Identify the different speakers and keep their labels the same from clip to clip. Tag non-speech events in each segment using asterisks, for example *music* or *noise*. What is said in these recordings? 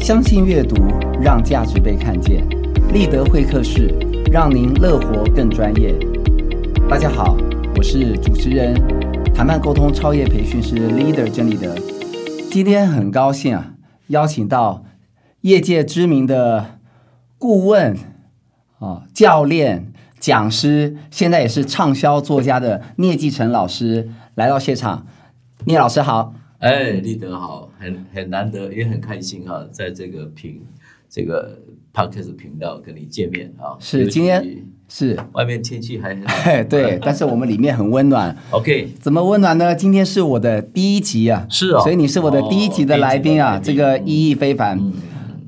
Speaker 1: 相信阅读，让价值被看见。立德会客室，让您乐活更专业。大家好，我是主持人、谈判沟通超业培训师 Leader 郑立德。今天很高兴啊，邀请到业界知名的顾问、啊教练、讲师，现在也是畅销作家的聂继成老师来到现场。聂老师好。
Speaker 2: 哎，立德好，很很难得，也很开心啊，在这个频这个 podcast 频道跟你见面啊。
Speaker 1: 是今天是
Speaker 2: 外面天气还很
Speaker 1: *laughs* 嘿，
Speaker 2: 好，
Speaker 1: 对，但是我们里面很温暖。
Speaker 2: OK，
Speaker 1: 怎么温暖呢？今天是我的第一集啊，
Speaker 2: 是哦
Speaker 1: 所以你是我的第一集的来宾啊，
Speaker 2: 哦第
Speaker 1: 这
Speaker 2: 一集的
Speaker 1: 个
Speaker 2: 来宾
Speaker 1: 意义非凡。
Speaker 2: 嗯，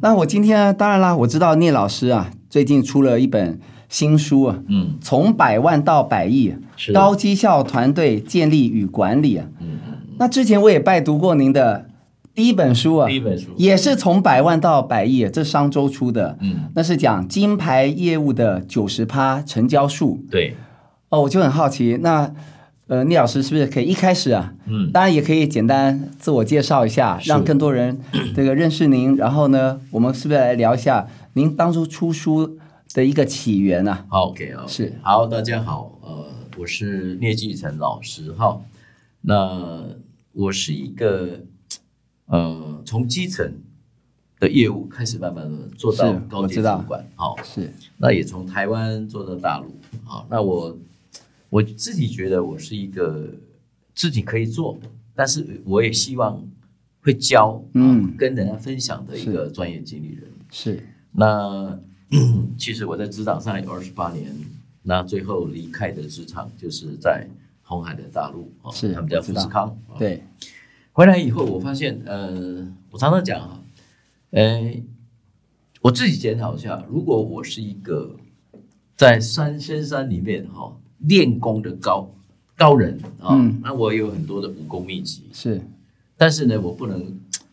Speaker 1: 那我今天啊当然啦，我知道聂老师啊，最近出了一本新书啊，
Speaker 2: 嗯，
Speaker 1: 从百万到百亿
Speaker 2: 是》，
Speaker 1: 高绩效团队建立与管理啊。
Speaker 2: 嗯
Speaker 1: 那之前我也拜读过您的第一本书啊
Speaker 2: 第，一本书，
Speaker 1: 也是从百万到百亿啊，这商周出的，
Speaker 2: 嗯，
Speaker 1: 那是讲金牌业务的九十趴成交数。
Speaker 2: 对，
Speaker 1: 哦，我就很好奇，那呃，聂老师是不是可以一开始啊？
Speaker 2: 嗯，
Speaker 1: 当然也可以简单自我介绍一下，
Speaker 2: 是
Speaker 1: 让更多人这个认识您。然后呢，我们是不是来聊一下您当初出书的一个起源呢、啊？
Speaker 2: 好，OK 啊，
Speaker 1: 是
Speaker 2: 好，大家好，呃，我是聂继成老师哈。那我是一个呃，从基层的业务开始慢慢的做到
Speaker 1: 是
Speaker 2: 高
Speaker 1: 我
Speaker 2: 级
Speaker 1: 知
Speaker 2: 主
Speaker 1: 道
Speaker 2: 管，好、
Speaker 1: 是
Speaker 2: 那也从台湾做到大陆啊。那我我自己觉得我是一个自己可以做，但是我也希望会教，
Speaker 1: 嗯
Speaker 2: 嗯，跟人家分享的一个专业经理人。
Speaker 1: 是，
Speaker 2: 那 *clears throat* 其实我在职场上有二十八年，那最后离开的职场就是在红海的大陆啊，
Speaker 1: 是
Speaker 2: 他们叫
Speaker 1: 我知
Speaker 2: 富
Speaker 1: 道
Speaker 2: 士康。啊
Speaker 1: 对，
Speaker 2: 回来以后，我发现，呃，我常常讲啊，呃，我自己检讨一下，如果我是一个在三深山里面哈、练功的高高人啊，
Speaker 1: 嗯
Speaker 2: 那我有很多的武功秘籍，
Speaker 1: 是
Speaker 2: 但是呢，我不能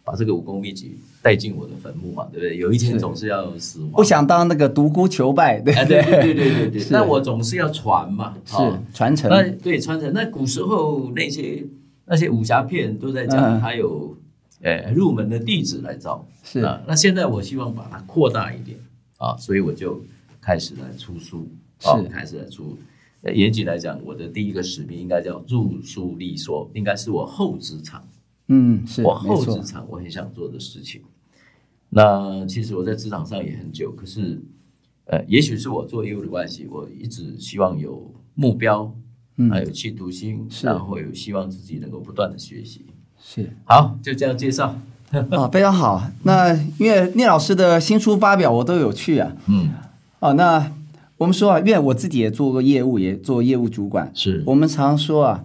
Speaker 2: 把这个武功秘籍带进我的坟墓嘛，对不对？有一天
Speaker 1: 是
Speaker 2: 总是要死亡。
Speaker 1: 不想当那个独孤求败，对
Speaker 2: 哎，
Speaker 1: 不
Speaker 2: 对
Speaker 1: 对？
Speaker 2: 对对对对
Speaker 1: *laughs*
Speaker 2: 对，
Speaker 1: 是
Speaker 2: 那我总是要传嘛，啊
Speaker 1: 是传承，
Speaker 2: 那对传承，那古时候那些那些武侠片都在
Speaker 1: 嗯
Speaker 2: 讲他有，呃，入门的弟子来招，
Speaker 1: 是
Speaker 2: 啊。那现在我希望把它扩大一点啊，所以我就开始来出书，啊
Speaker 1: 是，
Speaker 2: 开始来出。呃严谨来讲，我的第一个使命应该叫入书立说，应该是我后职场，
Speaker 1: 嗯，是
Speaker 2: 我
Speaker 1: 没
Speaker 2: 后
Speaker 1: 错
Speaker 2: 职，场我很想做的事情。那其实我在职场上也很久，可是，呃，也许是我做业务的关系，我一直希望有目标，还
Speaker 1: 嗯，
Speaker 2: 有企图心，
Speaker 1: 是
Speaker 2: 然后有希望自己能够不断的学习。
Speaker 1: 是。
Speaker 2: 好，就这样介绍。
Speaker 1: *laughs* 哦，非常好。那因为聂老师的新书发表，我都有去啊。
Speaker 2: 嗯，
Speaker 1: 哦，那我们说啊，因为我自己也做过业务，也做业务主管，
Speaker 2: 是
Speaker 1: 我们常说啊，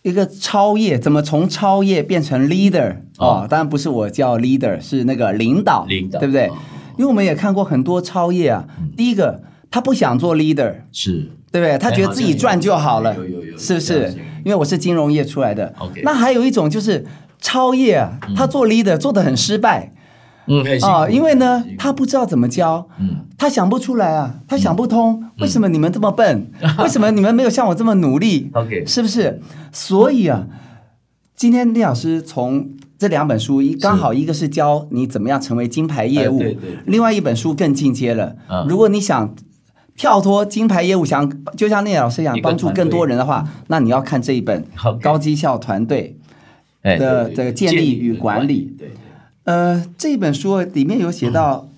Speaker 1: 一个超业怎么从超业变成 leader 哦
Speaker 2: 哦
Speaker 1: 当然不是我叫 leader，是那个领导，
Speaker 2: 领导
Speaker 1: 对不对？
Speaker 2: 哦嗯
Speaker 1: 因为我们也看过很多超业啊，第一个他不想做 leader，
Speaker 2: 是
Speaker 1: 对不对？他觉得自己赚就好了，
Speaker 2: 哎好像有有有有
Speaker 1: 是不
Speaker 2: 有有
Speaker 1: 是
Speaker 2: 有？
Speaker 1: 因为我是金融业出来的
Speaker 2: OK
Speaker 1: 那还有一种就是超业啊，他做 leader 做的很失败
Speaker 2: 嗯，很辛苦
Speaker 1: 啊、因为呢
Speaker 2: 很辛苦
Speaker 1: 他不知道怎么教，
Speaker 2: 嗯
Speaker 1: 他想不出来啊，他想不通，为什么你们这么笨？为什么你们没有像我这么努力？
Speaker 2: ，OK，
Speaker 1: 是不是？所以啊，今天李老师从这两本书，一刚好一个是教你怎么样成为金牌业务，
Speaker 2: 哎对对
Speaker 1: 另外一本书更进阶了。
Speaker 2: 嗯
Speaker 1: 如果你想跳脱金牌业务，想就像聂老师一样
Speaker 2: 一个
Speaker 1: 帮助
Speaker 2: 团队
Speaker 1: 更多人的话，那你要看这一本
Speaker 2: 好
Speaker 1: 《高绩效团队》。
Speaker 2: 哎
Speaker 1: 的
Speaker 2: 对对
Speaker 1: 这个
Speaker 2: 对
Speaker 1: 建立与管理
Speaker 2: 对对，
Speaker 1: 呃，这本书里面有写
Speaker 2: 嗯
Speaker 1: 到，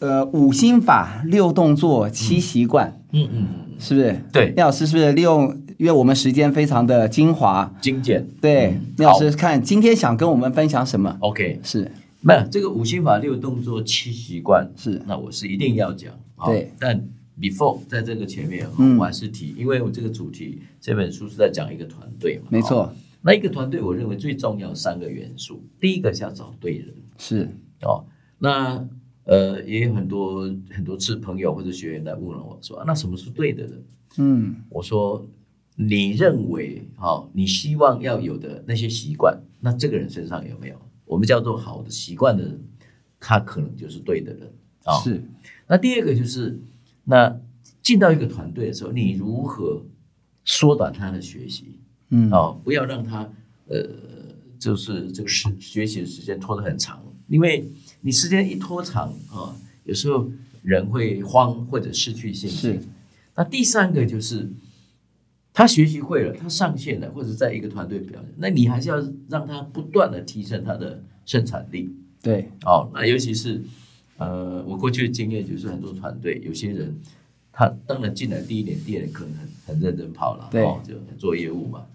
Speaker 1: 呃，五心法、六动作、七习惯，
Speaker 2: 嗯嗯嗯，
Speaker 1: 是不是？
Speaker 2: 对，
Speaker 1: 聂老师是不是利用？因为我们时间非常的精华，
Speaker 2: 精简
Speaker 1: 对
Speaker 2: 嗯，
Speaker 1: 聂老师看今天想跟我们分享什么？
Speaker 2: ，OK，
Speaker 1: 是
Speaker 2: 没有这个五心法六动作七习惯，
Speaker 1: 是
Speaker 2: 那我是一定要讲。啊
Speaker 1: 对，
Speaker 2: 但 before 在这个前面，啊
Speaker 1: 嗯
Speaker 2: 我还是提，因为我这个主题这本书是在讲一个团队嘛，
Speaker 1: 没
Speaker 2: 啊。
Speaker 1: 错，
Speaker 2: 那一个团队，我认为最重要三个元素，第一个是要找对人
Speaker 1: 是
Speaker 2: 哦。那呃，也有很多很多次朋友或者学员来问了我说、啊那什么是对的人？
Speaker 1: 嗯
Speaker 2: 我说，你认为哦，你希望要有的那些习惯，那这个人身上有没有？我们叫做好的习惯的人，他可能就是对的人啊。哦
Speaker 1: 是
Speaker 2: 那第二个就是，那进到一个团队的时候，你如何缩短他的学习？
Speaker 1: 嗯
Speaker 2: 哦，不要让他呃，就是这个时学习的时间拖得很长，因为你时间一拖长啊，有时候人会慌或者失去信
Speaker 1: 是
Speaker 2: 心。那第三个就是，他学习会了，他上线了，或者在一个团队表演，那你还是要让他不断的提升他的生产力。
Speaker 1: 对，
Speaker 2: 哦，那尤其是呃，我过去的经验就是很多团队有些人，他当然进来第一年、第二年可能很很认真跑了，
Speaker 1: 对
Speaker 2: 哦，就做业务嘛。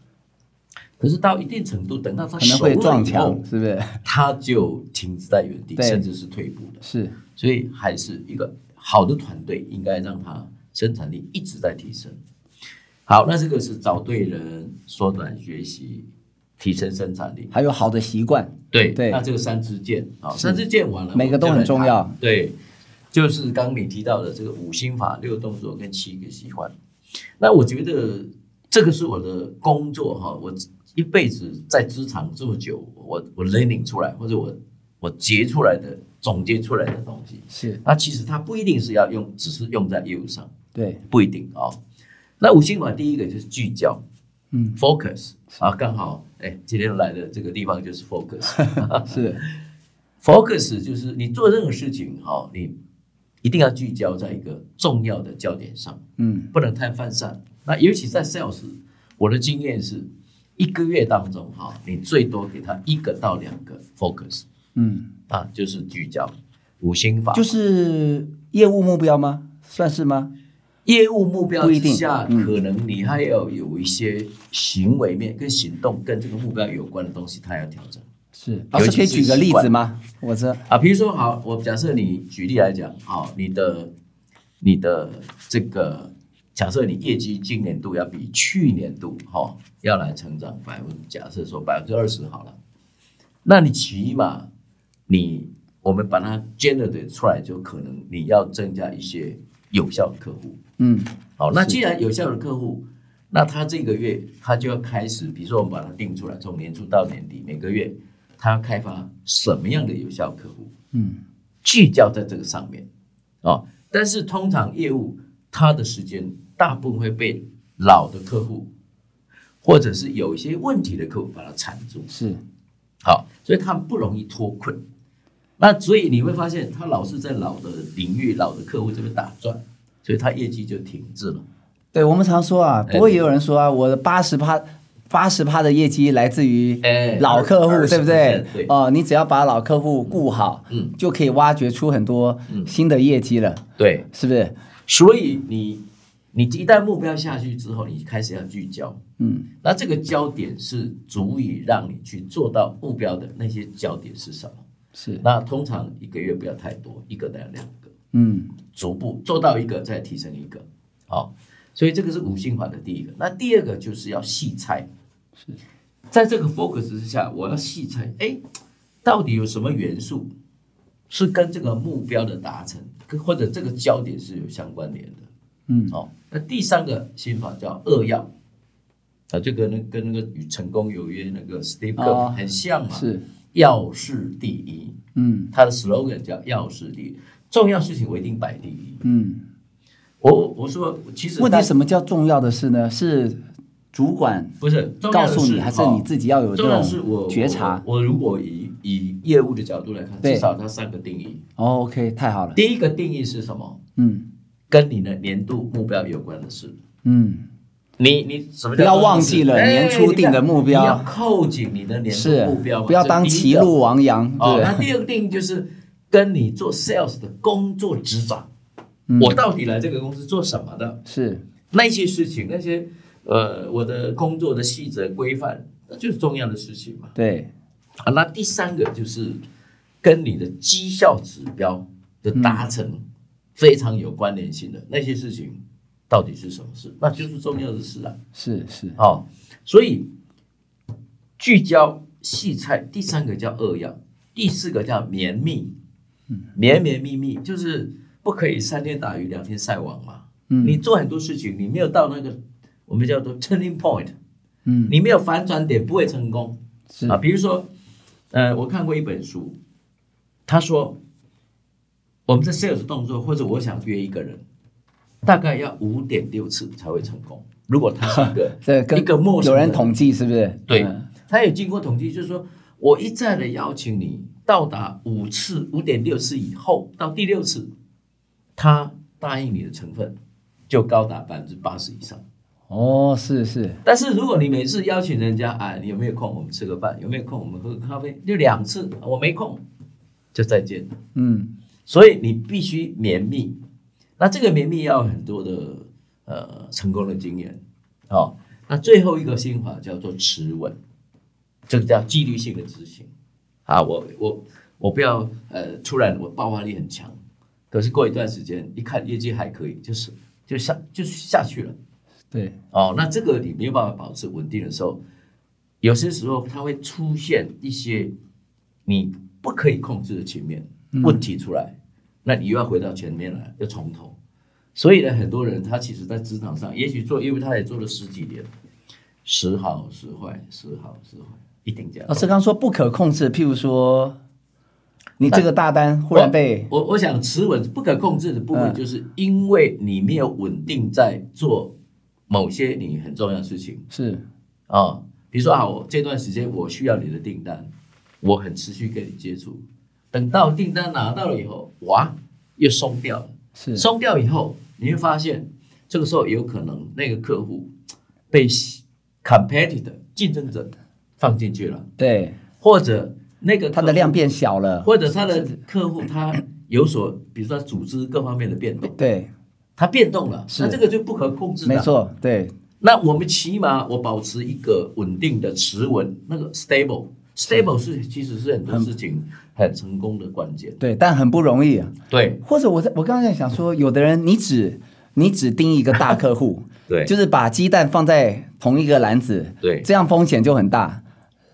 Speaker 2: 可是到一定程度，等到他
Speaker 1: 可能
Speaker 2: 熟
Speaker 1: 会
Speaker 2: 了
Speaker 1: 撞
Speaker 2: 以
Speaker 1: 墙
Speaker 2: 后，，
Speaker 1: 是不是？ *laughs*
Speaker 2: 他就停滞在原地，
Speaker 1: 对
Speaker 2: 甚至是退步的。
Speaker 1: 是，
Speaker 2: 所以还是一个好的团队，应该让他生产力一直在提升。好，那这个是找对人，缩短学习，提升生产力。
Speaker 1: 还有好的习惯，
Speaker 2: 对
Speaker 1: 对
Speaker 2: 那这个三支箭啊，三支箭完了，
Speaker 1: 每个都很重要
Speaker 2: 我们就来谈。对，就是刚你提到的这个五心法、六动作跟七个习惯。那我觉得这个是我的工作哈，我一辈子在职场这么久，我我 learning 出来或者我我结出来的总结出来的东西，
Speaker 1: 是
Speaker 2: 那其实它不一定是要用，只是用在业务上，
Speaker 1: 对，
Speaker 2: 不一定啊、那五心法第一个就是聚焦，
Speaker 1: 嗯，
Speaker 2: focus 啊，刚好哎，今天来的这个地方就是 focus。
Speaker 1: 是
Speaker 2: focus 就是你做任何事情哈、哦，你一定要聚焦在一个重要的焦点上，
Speaker 1: 嗯，
Speaker 2: 不能太泛散。那尤其在 sales，我的经验是，一个月当中哈、你最多给他一个到两个 focus
Speaker 1: 嗯，
Speaker 2: 啊，就是聚焦。五星法
Speaker 1: 就是业务目标吗？算是吗？
Speaker 2: 业务目标
Speaker 1: 不一
Speaker 2: 之
Speaker 1: 定
Speaker 2: 下，
Speaker 1: 嗯
Speaker 2: 可能你还要有一些行为面跟行动跟这个目标有关的东西，它要调整。
Speaker 1: 是，老师
Speaker 2: 尤其
Speaker 1: 可以
Speaker 2: 是
Speaker 1: 举个
Speaker 2: 习
Speaker 1: 例
Speaker 2: 惯
Speaker 1: 子吗？我这
Speaker 2: 啊，比如说好，我假设你举例来讲，好，你的你的这个假设你业绩今年度要比去年度哈、哦、要来成长百分，假设说百分之二十好了，那你起码你我们把它 generate 出来，就可能你要增加一些有效的客户。
Speaker 1: 嗯，
Speaker 2: 好，那既然有效的客户，那他这个月他就要开始，比如说我们把它定出来，从年初到年底，每个月他要开发什么样的有效客户，
Speaker 1: 嗯，
Speaker 2: 聚焦在这个上面啊、哦但是通常业务它的时间大部分会被老的客户，或者是有一些问题的客户把它缠住，
Speaker 1: 是，
Speaker 2: 好，所以他们不容易脱困。那所以你会发现，他老是在老的领域、老的客户这边打转，所以他业绩就停滞了。
Speaker 1: 对我们常说啊，
Speaker 2: 哎
Speaker 1: 不过也有人说啊，我的八十趴。八十趴的业绩来自于
Speaker 2: 哎
Speaker 1: 老客户，
Speaker 2: 20%
Speaker 1: 对不对？
Speaker 2: 对
Speaker 1: 哦，你只要把老客户顾好，
Speaker 2: 嗯，
Speaker 1: 就可以挖掘出很多新的业绩了，
Speaker 2: 对，
Speaker 1: 是不是？
Speaker 2: 所以你你一旦目标下去之后，你开始要聚焦，
Speaker 1: 嗯，
Speaker 2: 那这个焦点是足以让你去做到目标的那些焦点是什么？
Speaker 1: 是，
Speaker 2: 那通常一个月不要太多，一个到两个，
Speaker 1: 嗯，
Speaker 2: 逐步做到一个再提升一个，好，所以这个是五星法的第一个。那第二个就是要细拆，
Speaker 1: 是
Speaker 2: 在这个 focus 之下，我要细拆，哎，到底有什么元素是跟这个目标的达成，跟或者这个焦点是有相关联的？
Speaker 1: 嗯，
Speaker 2: 哦，那第三个心法叫扼要，啊，就跟那跟那个《与成功有约》那个 Steve Jobs、
Speaker 1: 哦
Speaker 2: 很像嘛，
Speaker 1: 是，
Speaker 2: 要事第一，
Speaker 1: 嗯
Speaker 2: 他的 slogan 叫要事第一，重要事情我一定摆第一。
Speaker 1: 嗯。
Speaker 2: 我我我说，其实
Speaker 1: 问
Speaker 2: 大
Speaker 1: 题什么叫重要的事呢？是主管
Speaker 2: 不是重
Speaker 1: 告
Speaker 2: 要的
Speaker 1: 诉你，还是你
Speaker 2: 己？
Speaker 1: 自己要有这
Speaker 2: 重要的是我
Speaker 1: 种觉察？
Speaker 2: 我我如果以以业务的角度来看，
Speaker 1: 对
Speaker 2: 至少它三个定义。
Speaker 1: 哦，OK，太好了，
Speaker 2: 第一个定义是什么？
Speaker 1: 嗯
Speaker 2: 跟你的年度目标有关的事。
Speaker 1: 嗯，
Speaker 2: 你你什么
Speaker 1: 不
Speaker 2: 叫
Speaker 1: 要
Speaker 2: 做
Speaker 1: 忘
Speaker 2: 是
Speaker 1: 记了
Speaker 2: 哎
Speaker 1: 年初定的目标
Speaker 2: 你要扣紧你的年
Speaker 1: 是
Speaker 2: 度目标嘛，
Speaker 1: 不要
Speaker 2: 这
Speaker 1: 当
Speaker 2: 第一
Speaker 1: 歧
Speaker 2: 个
Speaker 1: 路亡羊，
Speaker 2: 哦。
Speaker 1: 对
Speaker 2: 那第二个定义就是跟你做 sales 的工作职掌，我到底来这个公司做什么的？
Speaker 1: 是
Speaker 2: 那些事情，那些呃，我的工作的细则规范，那就是重要的事情嘛。
Speaker 1: 对，
Speaker 2: 啊，那第三个就是跟你的绩效指标的达成非常有关联性的那些事情，到底是什么事？那就是重要的事啊。
Speaker 1: 是是，
Speaker 2: 哦，所以聚焦细菜，第三个叫扼要，第四个叫绵密，
Speaker 1: 嗯
Speaker 2: 绵绵密密就是不可以三天打鱼两天晒网嘛。
Speaker 1: 嗯
Speaker 2: 你做很多事情，你没有到那个我们叫做 turning point，
Speaker 1: 嗯，
Speaker 2: 你没有反转点，不会成功
Speaker 1: 是
Speaker 2: 啊。比如说，呃，我看过一本书，他说我们的 sales 动作，或者我想约一个人，大概要五点六次才会成功。如果他是一个
Speaker 1: *laughs* 这跟
Speaker 2: 一个陌生
Speaker 1: 有人
Speaker 2: 人
Speaker 1: 统计是不是？
Speaker 2: 对
Speaker 1: 嗯，
Speaker 2: 他也经过统计，就是说我一再的邀请你，到达五次五点六次以后，到第六次，他答应你的成分就高达百分之八十以上。
Speaker 1: 哦，是是，
Speaker 2: 但是如果你每次邀请人家，哎，你有没有空？我们吃个饭，有没有空？我们喝个咖啡，就两次，啊我没空，就再见了。
Speaker 1: 嗯，
Speaker 2: 所以你必须绵密，那这个绵密要有很多的呃成功的经验，哦，那最后一个心法叫做持稳，这个叫纪律性的执行啊，我我我不要呃突然我爆发力很强，可是过一段时间一看业绩还可以，就是就下就下去了。
Speaker 1: 对，
Speaker 2: 哦，那这个你没有办法保持稳定的时候，有些时候它会出现一些你不可以控制的情面
Speaker 1: 嗯
Speaker 2: 问题出来，那你又要回到前面来，要从头。所以呢，很多人他其实在职场上，也许做业务他也做了十几年，时好时坏，时好时坏，一定这样
Speaker 1: 老。师刚说不可控制，譬如说，你这个大单忽然被
Speaker 2: 我我想持稳不可控制的部分，
Speaker 1: 嗯
Speaker 2: 就是因为你没有稳定在做某些你很重要的事情。
Speaker 1: 是
Speaker 2: 啊、比如说啊，我这段时间我需要你的订单，我很持续跟你接触，等到订单拿到了以后，哇，又松掉了。
Speaker 1: 是
Speaker 2: 松掉以后，你会发现，这个时候有可能那个客户被 competitor 竞争者放进去了，
Speaker 1: 对，
Speaker 2: 或者那个客户
Speaker 1: 它的量，变小了，
Speaker 2: 或者他的客户他有所，比如说组织各方面的变动，
Speaker 1: 对，
Speaker 2: 他变动了，
Speaker 1: 是
Speaker 2: 那这个就不可控制的。啊
Speaker 1: 没错，对，
Speaker 2: 那我们起码我保持一个稳定的持稳，那个 stable。stable
Speaker 1: 嗯
Speaker 2: 是其实是很多事情很成功的关键。
Speaker 1: 对，但很不容易、啊。
Speaker 2: 对
Speaker 1: 或者我在我刚刚在想说，有的人你只你只盯一个大客户，
Speaker 2: *laughs* 对
Speaker 1: 就是把鸡蛋放在同一个篮子，
Speaker 2: 对
Speaker 1: 这样风险就很大，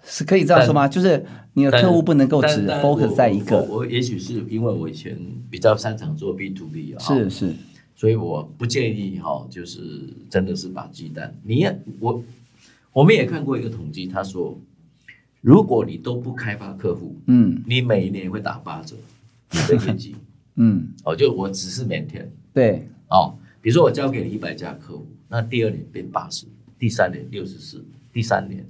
Speaker 1: 是可以这样说吗？就是你的客户不能够只 focus 在一
Speaker 2: 我
Speaker 1: 个，
Speaker 2: 我我也许是因为我以前比较擅长做 B to B 啊，
Speaker 1: 是，是，
Speaker 2: 所以我不建议哈、就是真的是把鸡蛋。你也我我们也看过一个统计，他说，如果你都不开发客户，
Speaker 1: 嗯
Speaker 2: 你每一年会打八折你的业
Speaker 1: *laughs*
Speaker 2: 绩。
Speaker 1: 嗯，
Speaker 2: 哦，就我只是每天。
Speaker 1: 对，
Speaker 2: 哦，比如说我交给你一百家客户，那第二年变八十，第三年六十四，第三年，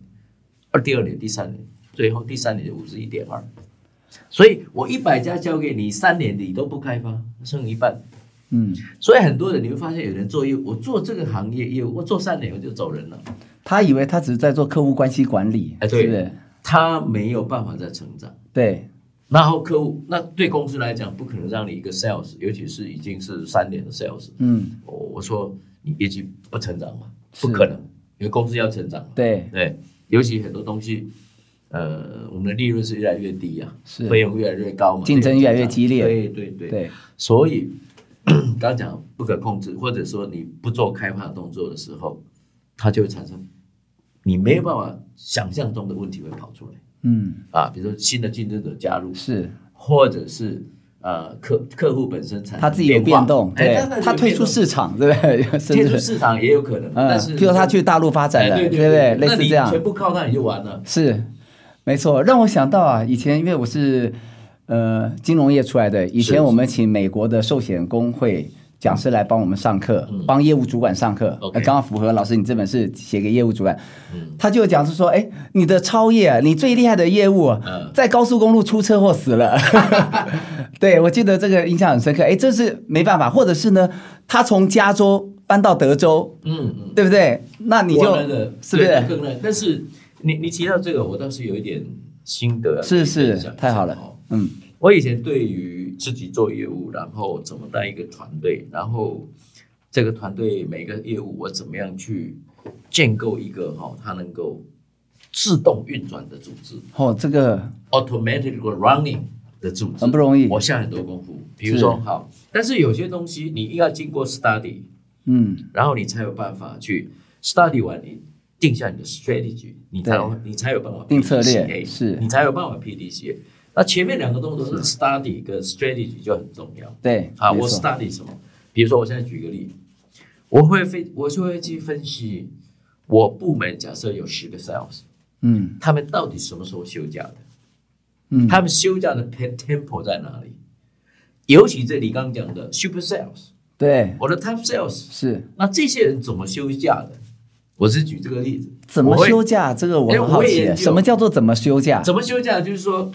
Speaker 2: 二第二年第三年，最后第三年五十一点二。所以我一百家交给你，三年你都不开发，剩一半。
Speaker 1: 嗯，
Speaker 2: 所以很多人你会发现，有人做业务，我做这个行业业务，我做三年我就走人了，
Speaker 1: 他以为他只是在做客户关系管理，
Speaker 2: 哎对
Speaker 1: 是不是？
Speaker 2: 他没有办法再成长。
Speaker 1: 对，
Speaker 2: 然后客户，那对公司来讲，不可能让你一个 sales，尤其是已经是三年的 sales，
Speaker 1: 嗯，
Speaker 2: 我哦我说你业绩不成长嘛，
Speaker 1: 是
Speaker 2: 不可能，因为公司要成长嘛。
Speaker 1: 对，
Speaker 2: 对，尤其很多东西，呃，我们的利润是越来越低啊，
Speaker 1: 是
Speaker 2: 费用越来越高嘛，
Speaker 1: 竞争越来越激烈
Speaker 2: 对对对，
Speaker 1: 对，
Speaker 2: 所以刚刚讲不可控制，或者说你不做开发动作的时候，它就会产生你没有办法想象中的问题会跑出来
Speaker 1: 嗯，
Speaker 2: 啊，比如说新的竞争者加入，
Speaker 1: 是
Speaker 2: 或者是。呃，客客户本身产生
Speaker 1: 他自己有
Speaker 2: 变化
Speaker 1: 变动，
Speaker 2: 哎
Speaker 1: 对
Speaker 2: 当然，有
Speaker 1: 他退
Speaker 2: 变
Speaker 1: 出
Speaker 2: 动
Speaker 1: 市场，对不对？ *laughs* 甚
Speaker 2: 退出
Speaker 1: 至，
Speaker 2: 市场也有可能，
Speaker 1: 嗯
Speaker 2: 但，是
Speaker 1: 譬如他去大陆发展
Speaker 2: 哎
Speaker 1: 了，不
Speaker 2: 对对
Speaker 1: 对？类
Speaker 2: 那
Speaker 1: 似
Speaker 2: 你
Speaker 1: 这样，
Speaker 2: 全部靠那你就完了。
Speaker 1: 是，没错，让我想到啊，以前因为我是呃金融业出来的，以
Speaker 2: 是
Speaker 1: 前我们请美国的寿险工会讲师来帮我们上课，帮业务主管上课，
Speaker 2: 嗯 OK 嗯
Speaker 1: 呃刚好符合老师你这本是写给业务主管，他就讲是说，哎，你的超业啊，你最厉害的业务啊
Speaker 2: 嗯
Speaker 1: 在高速公路出车祸死
Speaker 2: *laughs*
Speaker 1: 了。对，我记得这个印象很深刻。哎，这是没办法，或者是呢，他从加州搬到德州，
Speaker 2: 嗯，嗯，
Speaker 1: 对不对？那你就
Speaker 2: 我那个
Speaker 1: 是不
Speaker 2: 对
Speaker 1: 是？
Speaker 2: 更难？但是你你提到这个，我倒是有一点心得啊，
Speaker 1: 是
Speaker 2: 可以分
Speaker 1: 是
Speaker 2: 享一，下
Speaker 1: 太好
Speaker 2: 哦
Speaker 1: 了，嗯。
Speaker 2: 我以前对于自己做业务，然后怎么带一个团队，然后这个团队每个业务我怎么样去建构一个哈、哦，它能够自动运转的组织
Speaker 1: 哦，这个
Speaker 2: ，automatic running 的组织，
Speaker 1: 很不容易
Speaker 2: 我下很多功夫，比如说好，但是有些东西你一定要经过 study，
Speaker 1: 嗯，
Speaker 2: 然后你才有办法去 study 完你定下你的 strategy，你才有你才有办法
Speaker 1: 定策略
Speaker 2: PDCA
Speaker 1: 是
Speaker 2: 你才有办法 PDCA。那前面两个动作是 study 跟 strategy 就很重要
Speaker 1: 对，
Speaker 2: 啊。
Speaker 1: 没
Speaker 2: 我
Speaker 1: 错
Speaker 2: study 什么？比如说我现在举个例，我会分我就会去分析我部门假设有十个 sales，
Speaker 1: 嗯
Speaker 2: 他们到底什么时候休假的？
Speaker 1: 嗯，
Speaker 2: 他们休假的 pe- tempo 在哪里？尤其这里刚刚讲的 super sales，
Speaker 1: 对
Speaker 2: 我的 top sales
Speaker 1: 是
Speaker 2: 那这些人怎么休假的？我是举这个例子，
Speaker 1: 怎么
Speaker 2: 我会
Speaker 1: 休假？这个我
Speaker 2: 哎
Speaker 1: 很好
Speaker 2: 我也
Speaker 1: 奇
Speaker 2: 研，究
Speaker 1: 什么叫做怎么休假？
Speaker 2: 怎么休假？就是说，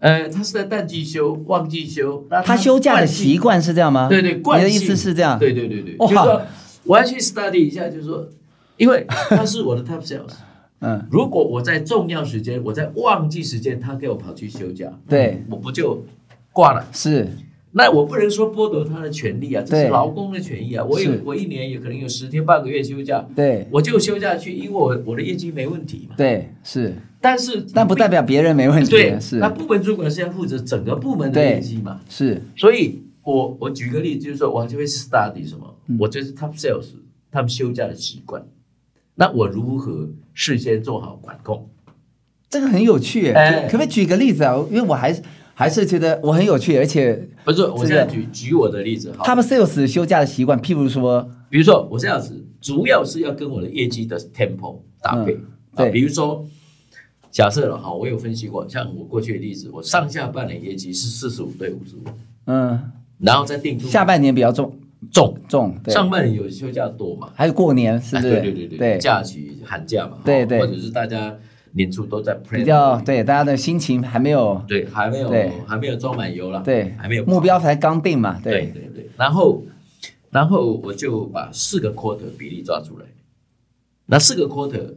Speaker 2: 呃，他是在淡季休、旺季休，那
Speaker 1: 他休假的
Speaker 2: 惯性
Speaker 1: 习惯是这样吗？
Speaker 2: 对对，惯
Speaker 1: 你的
Speaker 2: 性
Speaker 1: 意思是这样？
Speaker 2: 对对对对，
Speaker 1: 哇
Speaker 2: 就是说我要去 study 一下，就是说，因为他是我的 top sales，
Speaker 1: 嗯，
Speaker 2: 如果我在重要时间，我在旺季时间，他给我跑去休假，
Speaker 1: 对，
Speaker 2: 我不就挂了？
Speaker 1: 是，
Speaker 2: 那我不能说剥夺他的权利啊，这
Speaker 1: 对
Speaker 2: 是劳工的权益啊。我有
Speaker 1: 是
Speaker 2: 我一年也可能有十天半个月休假，
Speaker 1: 对
Speaker 2: 我就休假去，因为我我的业绩没问题嘛。
Speaker 1: 对是，
Speaker 2: 但是
Speaker 1: 但不代表别人没问题，
Speaker 2: 对，
Speaker 1: 是
Speaker 2: 那部门主管是要负责整个部门的
Speaker 1: 对
Speaker 2: 业绩嘛。
Speaker 1: 是
Speaker 2: 所以我我举个例子，就是说我就会 study 什么，
Speaker 1: 嗯
Speaker 2: 我就是 top sales 他们休假的习惯，那我如何事先做好管控？
Speaker 1: 这个很有趣耶，
Speaker 2: 哎
Speaker 1: 可可不可以举个例子啊？因为我还是还是觉得我很有趣，而且
Speaker 2: 不是，我现在举举我的例子哈，
Speaker 1: top sales 休假的习惯，譬如说，
Speaker 2: 比如说我这样子，主要是要跟我的业绩的 tempo 搭配、
Speaker 1: 嗯对
Speaker 2: 啊，比如说。假设了哈，我有分析过，像我过去的例子，我上下半年业绩是四十五对五十五，
Speaker 1: 嗯，
Speaker 2: 然后再定出
Speaker 1: 下半年比较重
Speaker 2: 重，
Speaker 1: 重，对，
Speaker 2: 上半年有休假多嘛，
Speaker 1: 还有过年，是
Speaker 2: 啊
Speaker 1: 不是？
Speaker 2: 对对对对，假期寒假嘛，
Speaker 1: 对
Speaker 2: 哦
Speaker 1: 对
Speaker 2: 或者是大家年初都在 plan
Speaker 1: 比较对大家的心情还没有
Speaker 2: 对，还没有
Speaker 1: 对
Speaker 2: 还没有装满油了，
Speaker 1: 对
Speaker 2: 还没有
Speaker 1: 目标才刚定嘛，对，
Speaker 2: 对对对，然后然后我就把四个 quarter 比例抓出来，那四个 quarter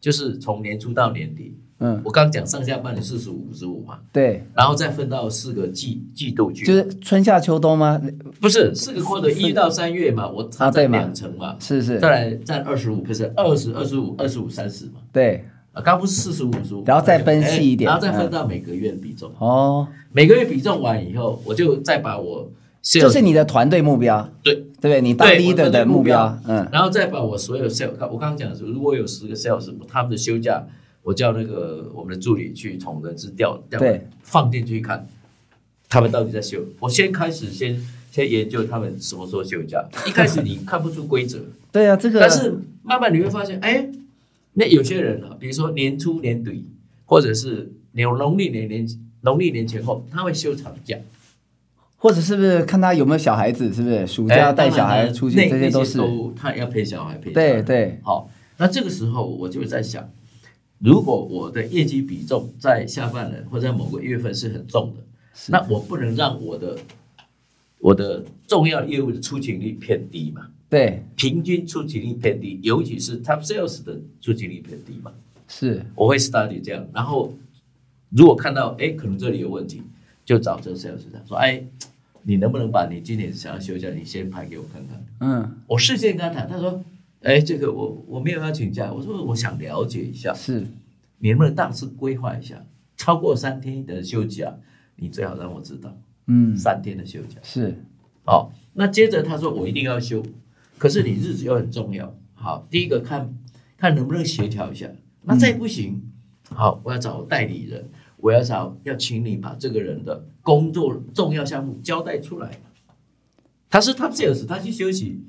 Speaker 2: 就是从年初到年底，
Speaker 1: 嗯
Speaker 2: 我刚讲上下半年四十五五十五嘛，
Speaker 1: 对，
Speaker 2: 然后再分到四个季季度去，
Speaker 1: 就是春夏秋冬吗？
Speaker 2: 不是四个 quarter 一到三月嘛，我
Speaker 1: 啊
Speaker 2: 它
Speaker 1: 对
Speaker 2: 占
Speaker 1: 嘛
Speaker 2: 两成嘛，
Speaker 1: 是是
Speaker 2: 再，来占二十五 percent，二十二十五二十五三十嘛。
Speaker 1: 对，
Speaker 2: 啊，刚不是四十五十五，
Speaker 1: 然后再分细一点嗯
Speaker 2: 哎然后再分到每个月的比重，
Speaker 1: 哦，
Speaker 2: 每个月比重完以后，我就再把我
Speaker 1: 就
Speaker 2: sales
Speaker 1: 是你的团队目标，
Speaker 2: 对，
Speaker 1: 对不对？你当
Speaker 2: 对我
Speaker 1: leader
Speaker 2: 团
Speaker 1: 的
Speaker 2: 队
Speaker 1: 目
Speaker 2: 目
Speaker 1: 标
Speaker 2: 标，
Speaker 1: 嗯，
Speaker 2: 然后再把我所有 sales，我刚刚讲的是，如果有十个 sales，他们的休假，我叫那个我们的助理去从人事调调
Speaker 1: 对
Speaker 2: 放进去看，他们到底在休。我先开始先先研究他们什么时候休
Speaker 1: *laughs*
Speaker 2: 假，一开始你看不出规则，
Speaker 1: 对啊，这个
Speaker 2: 但是慢慢你会发现，哎，那有些人啊，比如说年初年底，或者是牛农历年年农历年前后，他会休长假，
Speaker 1: 或者是不是看他有没有小孩子，是不是暑
Speaker 2: 哎
Speaker 1: 假带小孩出去，
Speaker 2: 那
Speaker 1: 这
Speaker 2: 那些
Speaker 1: 都是
Speaker 2: 都他要陪小孩陪小
Speaker 1: 对
Speaker 2: 孩
Speaker 1: 对，
Speaker 2: 好，那这个时候我就在想，如果我的业绩比重在下半年或者在某个月份是很重的，
Speaker 1: 是
Speaker 2: 那我不能让我的我的重要业务的出勤率偏低嘛，
Speaker 1: 对
Speaker 2: 平均出勤率偏低，尤其是 top sales 的出勤率偏低嘛。
Speaker 1: 是
Speaker 2: 我会 study 这样，然后如果看到哎，可能这里有问题，就找这个 sales 他说，哎，你能不能把你今年想要休假，你先排给我看看？
Speaker 1: 嗯
Speaker 2: 我事先跟他谈，他说，哎，这个我我没有要请假，我说我想了解一下，
Speaker 1: 是
Speaker 2: 你能不能大致规划一下，超过三天的休假，你最好让我知道
Speaker 1: 嗯
Speaker 2: 三天的休假。
Speaker 1: 是
Speaker 2: 好，那接着他说我一定要休，可是你日子又很重要。好，第一个看看能不能协调一下，那再不行，好，我要找代理人，我要找要请你把这个人的工作重要项目交代出来。他是 top sales，他去休息，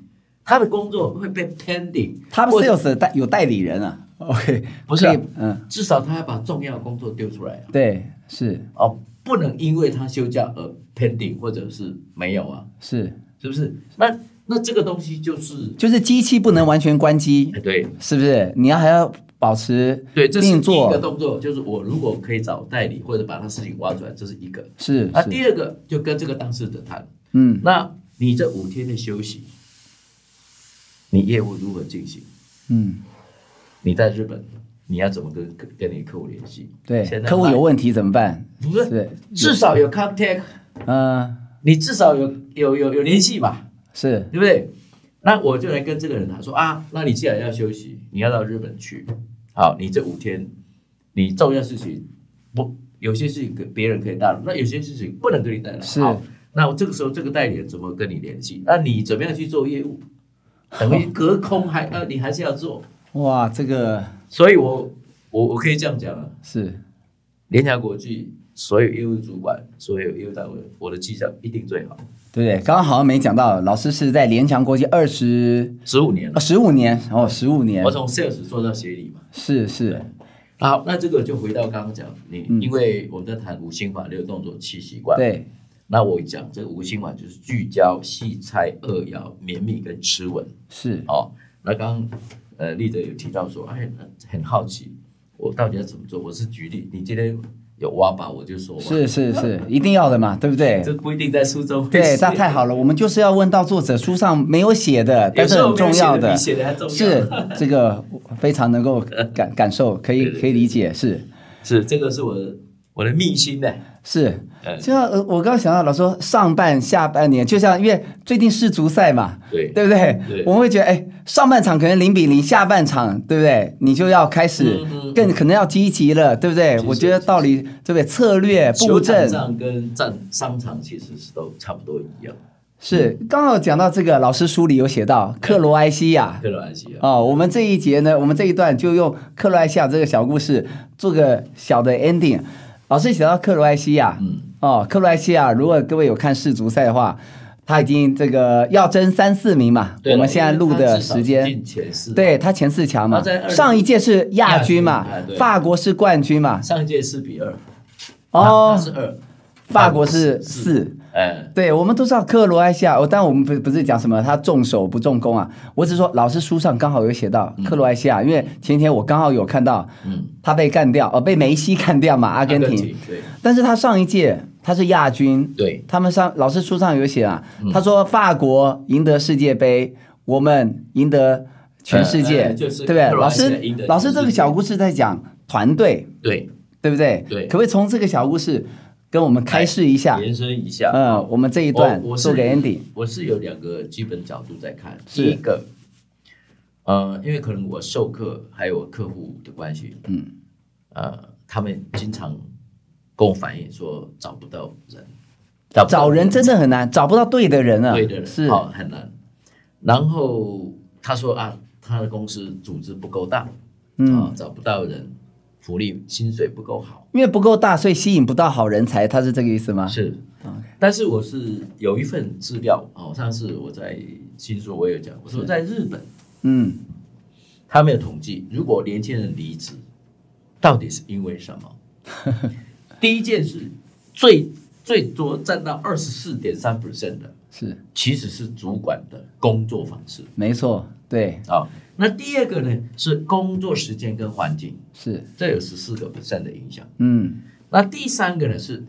Speaker 2: 他的工作会被 pending，
Speaker 1: top
Speaker 2: 或
Speaker 1: sales 代有代理人啊，OK， *laughs*
Speaker 2: 不是啊
Speaker 1: 可以嗯
Speaker 2: 至少他要把重要的工作丢出来啊
Speaker 1: 对是
Speaker 2: 哦，不能因为他休假而 pending 或者是没有啊，
Speaker 1: 是，
Speaker 2: 是不是？那那这个东西就是，
Speaker 1: 就是机器不能完全关机
Speaker 2: 哎，对，
Speaker 1: 是不是？你要还要保持
Speaker 2: 对，这是
Speaker 1: 定
Speaker 2: 第一个
Speaker 1: 做，
Speaker 2: 动作，就是我如果可以找代理或者把他事情挖出来，这是一个。
Speaker 1: 是
Speaker 2: 那
Speaker 1: 是
Speaker 2: 啊第二个就跟这个当事者谈，
Speaker 1: 嗯
Speaker 2: 那你这五天的休息，你业务如何进行？
Speaker 1: 嗯
Speaker 2: 你在日本，你要怎么跟跟跟你客户联系？
Speaker 1: 对
Speaker 2: 现，在
Speaker 1: 客户有
Speaker 2: 卖
Speaker 1: 问题怎么办？
Speaker 2: 不是
Speaker 1: 是
Speaker 2: 至少有 contact，
Speaker 1: 嗯
Speaker 2: 你至少有有有有联系吧，
Speaker 1: 是
Speaker 2: 对不对？那我就来跟这个人谈说啊，那你既然要休息，你要到日本去，好，你这五天，你重要事情不有些事情给别人可以带来，那有些事情不能跟你带来。
Speaker 1: 是
Speaker 2: 好，那我这个时候这个代理人怎么跟你联系？那你怎么样去做业务？等于隔空还呃，你还是要做。
Speaker 1: 哇，这个
Speaker 2: 所以我我我可以这样讲啊，
Speaker 1: 是
Speaker 2: 联强国际所有业务主管、所有业务单位，我的绩效一定最好，
Speaker 1: 对不对？刚刚好像没讲到，老师是在联强国际二十
Speaker 2: 十
Speaker 1: *laughs*
Speaker 2: 五年了，
Speaker 1: 十五年，哦，十五年
Speaker 2: 我，从 sales 做到协理嘛。
Speaker 1: 是是，
Speaker 2: 好，那这个就回到刚刚讲，你、
Speaker 1: 嗯
Speaker 2: 因为我们在谈五心法六动作七习惯，，
Speaker 1: 对，
Speaker 2: 那我讲这个五心法就是聚焦、细拆、扼要、绵密跟吃稳
Speaker 1: 是
Speaker 2: 哦。那刚刚呃，立德有提到说，哎，很好奇，我到底要怎么做？我是举例，你今天有挖吧，我就说吧
Speaker 1: 是是是，一定要的嘛，对不对？
Speaker 2: 这不一定在苏州会
Speaker 1: 对，
Speaker 2: 写
Speaker 1: 那太好了，我们就是要问到作者书上没有写的，但是很重要的
Speaker 2: 有时候没有，写的比写的还重要
Speaker 1: 是这个非常能够感感受，可以可以理解，是
Speaker 2: 是这个是我的我的秘辛呢、
Speaker 1: 是。
Speaker 2: 嗯
Speaker 1: 就像呃我刚刚想到了说，上半下半年，就像因为最近世足赛嘛，
Speaker 2: 对
Speaker 1: 对不对？
Speaker 2: 对
Speaker 1: 我们会觉得，哎，上半场可能零比零，下半场对不对？你就要开始
Speaker 2: 嗯嗯嗯
Speaker 1: 更可能要积极了，对不对？
Speaker 2: 是
Speaker 1: 我觉得道理对不对？策略布
Speaker 2: 球场
Speaker 1: 阵
Speaker 2: 上跟战商场其实是都差不多一样，
Speaker 1: 是刚好讲到这个，老师书里有写到克罗埃西亚，
Speaker 2: 克罗埃西亚啊
Speaker 1: 哦，我们这一节呢，我们这一段就用克罗埃西亚这个小故事做个小的 ending。老师讲到克罗埃西亚，
Speaker 2: 嗯，
Speaker 1: 哦，克罗埃西亚，如果各位有看世足赛的话，他已经这个要争三四名嘛，
Speaker 2: 对了
Speaker 1: 我们现在录的时
Speaker 2: 因为他至少是
Speaker 1: 间。
Speaker 2: 进前四，，
Speaker 1: 对他前四强嘛
Speaker 2: 他在二，十
Speaker 1: 上一届是亚军
Speaker 2: 亚
Speaker 1: 嘛
Speaker 2: 军哎，对
Speaker 1: 法国是冠军嘛，
Speaker 2: 上一届四比二，
Speaker 1: 哦
Speaker 2: 啊他，是二，
Speaker 1: 法国是四，
Speaker 2: 哎，
Speaker 1: 对，我们都知道克罗埃西亚，我哦当然我们不不是讲什么他重手不重攻啊，我只是说老师书上刚好有写到克罗埃西亚，因为前几天我刚好有看到
Speaker 2: 嗯，
Speaker 1: 他被干掉，呃，被梅西干掉嘛，阿根廷，，
Speaker 2: 对
Speaker 1: 但是他上一届他是亚军，
Speaker 2: 对，
Speaker 1: 他们上老师书上有写啊，
Speaker 2: 嗯
Speaker 1: 他说法国赢得世界杯，我们赢得全世界，
Speaker 2: 呃呃就是
Speaker 1: 对不对？
Speaker 2: 克罗
Speaker 1: 老
Speaker 2: 埃西亚赢
Speaker 1: 师
Speaker 2: 得
Speaker 1: 老师这个
Speaker 2: 全世界
Speaker 1: 小故事在讲团队，
Speaker 2: 对，
Speaker 1: 对不对？
Speaker 2: 对
Speaker 1: 可不可以从这个小故事跟我们开示一下？
Speaker 2: 延伸一下，
Speaker 1: 嗯，我们这一段
Speaker 2: 我我是
Speaker 1: 做个 ending。
Speaker 2: 我是有两个基本角度在看，
Speaker 1: 是
Speaker 2: 第一个，呃，因为可能我授课还有客户的关系，
Speaker 1: 嗯，
Speaker 2: 呃，他们经常跟我反映说找不到人，找不到
Speaker 1: 找人真的很难，找不到对的人啊。
Speaker 2: 对的人，
Speaker 1: 是
Speaker 2: 好很难。然后他说啊，他的公司组织不够大，
Speaker 1: 嗯
Speaker 2: 啊，找不到人，福利薪水不够好，
Speaker 1: 因为不够大，所以吸引不到好人才，他是这个意思吗？
Speaker 2: 是，
Speaker 1: 啊
Speaker 2: 但是我是有一份资料哦，上次我在新书我有讲，我说在日本，
Speaker 1: 嗯，
Speaker 2: 他没有统计，如果年轻人离职，到底是因为什
Speaker 1: *laughs*
Speaker 2: 么？第一件事，最最多占到二十四点三 percent 的，
Speaker 1: 是
Speaker 2: 其实是主管的工作方式
Speaker 1: 没错，对，
Speaker 2: 啊、那第二个呢是工作时间跟环境，
Speaker 1: 是，
Speaker 2: 这有十四个 percent 的影响。
Speaker 1: 嗯，
Speaker 2: 那第三个呢是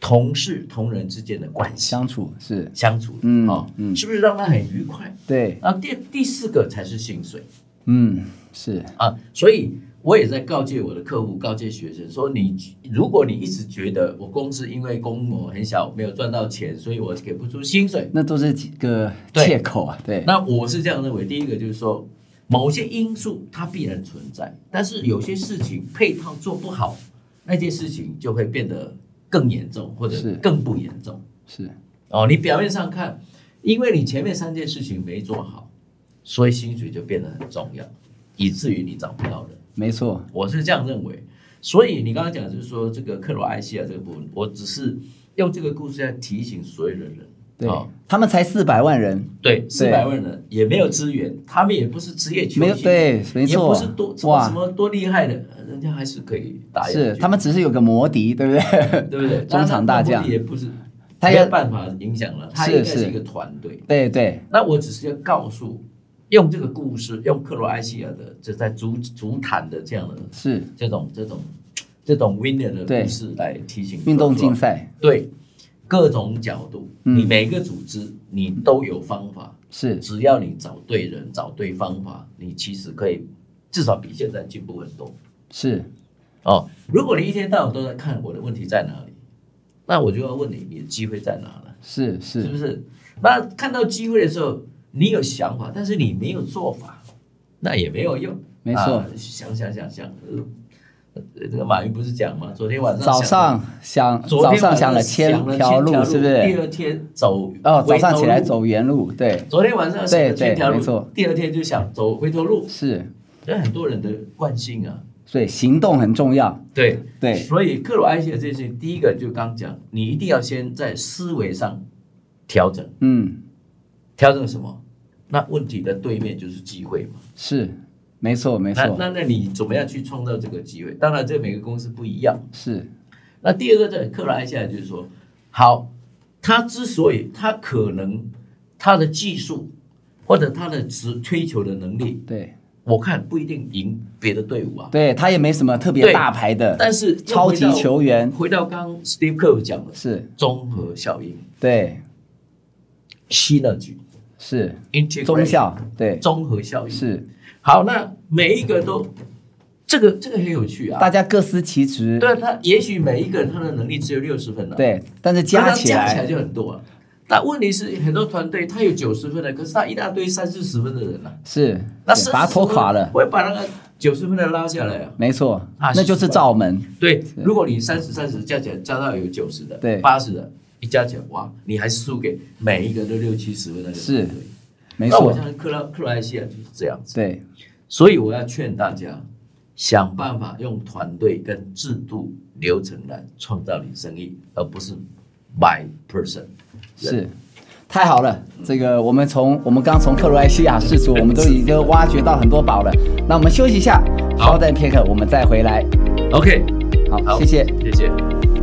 Speaker 2: 同事同仁之间的关系
Speaker 1: 相处是，
Speaker 2: 相处，
Speaker 1: 嗯
Speaker 2: 哦
Speaker 1: 嗯
Speaker 2: 是不是让他很愉快？
Speaker 1: 对，
Speaker 2: 啊，第第四个才是薪水
Speaker 1: 嗯，是，
Speaker 2: 啊，所以我也在告诫我的客户，告诫学生说你，如果你一直觉得我公司因为规模很小，没有赚到钱，所以我给不出薪水，
Speaker 1: 那都是几个
Speaker 2: 对
Speaker 1: 借口啊，对，
Speaker 2: 那我是这样认为。第一个就是说，某些因素它必然存在，但是有些事情配套做不好，那件事情就会变得更严重，或者
Speaker 1: 是
Speaker 2: 更不严重。
Speaker 1: 是，
Speaker 2: 哦，你表面上看，因为你前面三件事情没做好，所以薪水就变得很重要，以至于你找不到人。
Speaker 1: 没错，
Speaker 2: 我是这样认为。所以你刚刚讲就是说这个克罗埃西亚这个部分，我只是用这个故事来提醒所有的人。
Speaker 1: 对
Speaker 2: 哦，
Speaker 1: 他们才四百万人，
Speaker 2: 对，四百万人也没有资源，他们也不是职业球星，
Speaker 1: 没有对，没
Speaker 2: 也
Speaker 1: 错，
Speaker 2: 不是多什么
Speaker 1: 哇
Speaker 2: 什，么多厉害的，人家还是可以打赢。
Speaker 1: 是，他们只是有个魔敌，对不对？
Speaker 2: *laughs* 对不对？
Speaker 1: 中场大将
Speaker 2: 那目的也不是，
Speaker 1: 他
Speaker 2: 他
Speaker 1: 要
Speaker 2: 有办法影响了，他
Speaker 1: 是
Speaker 2: 应该是
Speaker 1: 是
Speaker 2: 一个团队。
Speaker 1: 对对，
Speaker 2: 那我只是要告诉，用这个故事，用克罗埃西亚的这在足足坛的这样的
Speaker 1: 是
Speaker 2: 这种这种这种 winner 的
Speaker 1: 对
Speaker 2: 故事来提醒
Speaker 1: 运动
Speaker 2: 说
Speaker 1: 竞赛，
Speaker 2: 对各种角度，
Speaker 1: 嗯
Speaker 2: 你每个组织你都有方法，
Speaker 1: 是
Speaker 2: 只要你找对人、找对方法，你其实可以至少比现在进步很多
Speaker 1: 是，
Speaker 2: 哦。如果你一天到晚都在看我的问题在哪里，那我就要问你，你的机会在哪了？
Speaker 1: 是是
Speaker 2: 是不是？那看到机会的时候，你有想法，但是你没有做法，那也没有用。
Speaker 1: 没错
Speaker 2: 啊想想想想，呃呃这个马云不是讲吗？昨天晚上
Speaker 1: 呃早上想，早上想了千条路，是不
Speaker 2: 第
Speaker 1: 是？
Speaker 2: 二天走
Speaker 1: 哦，早上起来。
Speaker 2: 回头路
Speaker 1: 走原路，对，
Speaker 2: 昨天晚上想了
Speaker 1: 对对
Speaker 2: 千条
Speaker 1: 没
Speaker 2: 路
Speaker 1: 错，
Speaker 2: 第二天就想走回头路，
Speaker 1: 是，
Speaker 2: 这很多人的惯性啊。
Speaker 1: 所以行动很重要，
Speaker 2: 对
Speaker 1: 对
Speaker 2: 所以克罗埃西亚这件事情，第一个就刚讲，你一定要先在思维上调整，
Speaker 1: 嗯，
Speaker 2: 调整什么？那问题的对面就是机会嘛。
Speaker 1: 是，没错没
Speaker 2: 那
Speaker 1: 错，
Speaker 2: 那那你怎么样去创造这个机会？当然，这每个公司不一样。
Speaker 1: 是
Speaker 2: 那第二个在克罗埃西亚就是说，好，他之所以他可能他的技术或者他的职追求的能力
Speaker 1: 对，
Speaker 2: 我看不一定赢别的队伍啊。
Speaker 1: 对他也没什么特别
Speaker 2: 对
Speaker 1: 大牌的，
Speaker 2: 但是又
Speaker 1: 超
Speaker 2: 回
Speaker 1: 级
Speaker 2: 到
Speaker 1: 球员
Speaker 2: 回到刚刚 Steve Kerr 讲的
Speaker 1: 是
Speaker 2: 综合效应
Speaker 1: 对
Speaker 2: （synergy）、
Speaker 1: 是
Speaker 2: integration
Speaker 1: 中效对
Speaker 2: 综合效应。
Speaker 1: 是，
Speaker 2: 好，那每一个都这个这个很有趣啊。
Speaker 1: 大家各司其职，
Speaker 2: 对啊他，也许每一个人他的能力只有六十分了、啊
Speaker 1: 对，但是
Speaker 2: 可是
Speaker 1: 加
Speaker 2: 他
Speaker 1: 起
Speaker 2: 加起来
Speaker 1: 来
Speaker 2: 就很多了、但问题是，很多团队他有九十分的，可是他一大堆三四十分的人啊，
Speaker 1: 是
Speaker 2: 那
Speaker 1: 对
Speaker 2: 30
Speaker 1: 把他拖垮
Speaker 2: 分
Speaker 1: 了，
Speaker 2: 会把那个九十分的拉下来啊。
Speaker 1: 没错，
Speaker 2: 啊
Speaker 1: 那就是
Speaker 2: 是
Speaker 1: 罩门，
Speaker 2: 对，如果你三十三十加起来加到有九十的，
Speaker 1: 对
Speaker 2: 八十的，一加起来哇，你还输给每一个都六七十分的人。
Speaker 1: 是
Speaker 2: 对
Speaker 1: 没
Speaker 2: 那
Speaker 1: 错，
Speaker 2: 我相信克拉克莱西亚就是这样子。
Speaker 1: 对
Speaker 2: 所以我要劝大家，想办法用团队跟制度流程来创造你生意，而不是 by person。
Speaker 1: 是。太好了，这个我们从我们刚从克罗埃西亚试出，我们都已经挖掘到很多宝了。那我们休息一下，
Speaker 2: 好
Speaker 1: 稍待片刻，我们再回来。
Speaker 2: OK，
Speaker 1: 好，
Speaker 2: 好
Speaker 1: 谢谢。
Speaker 2: 谢谢。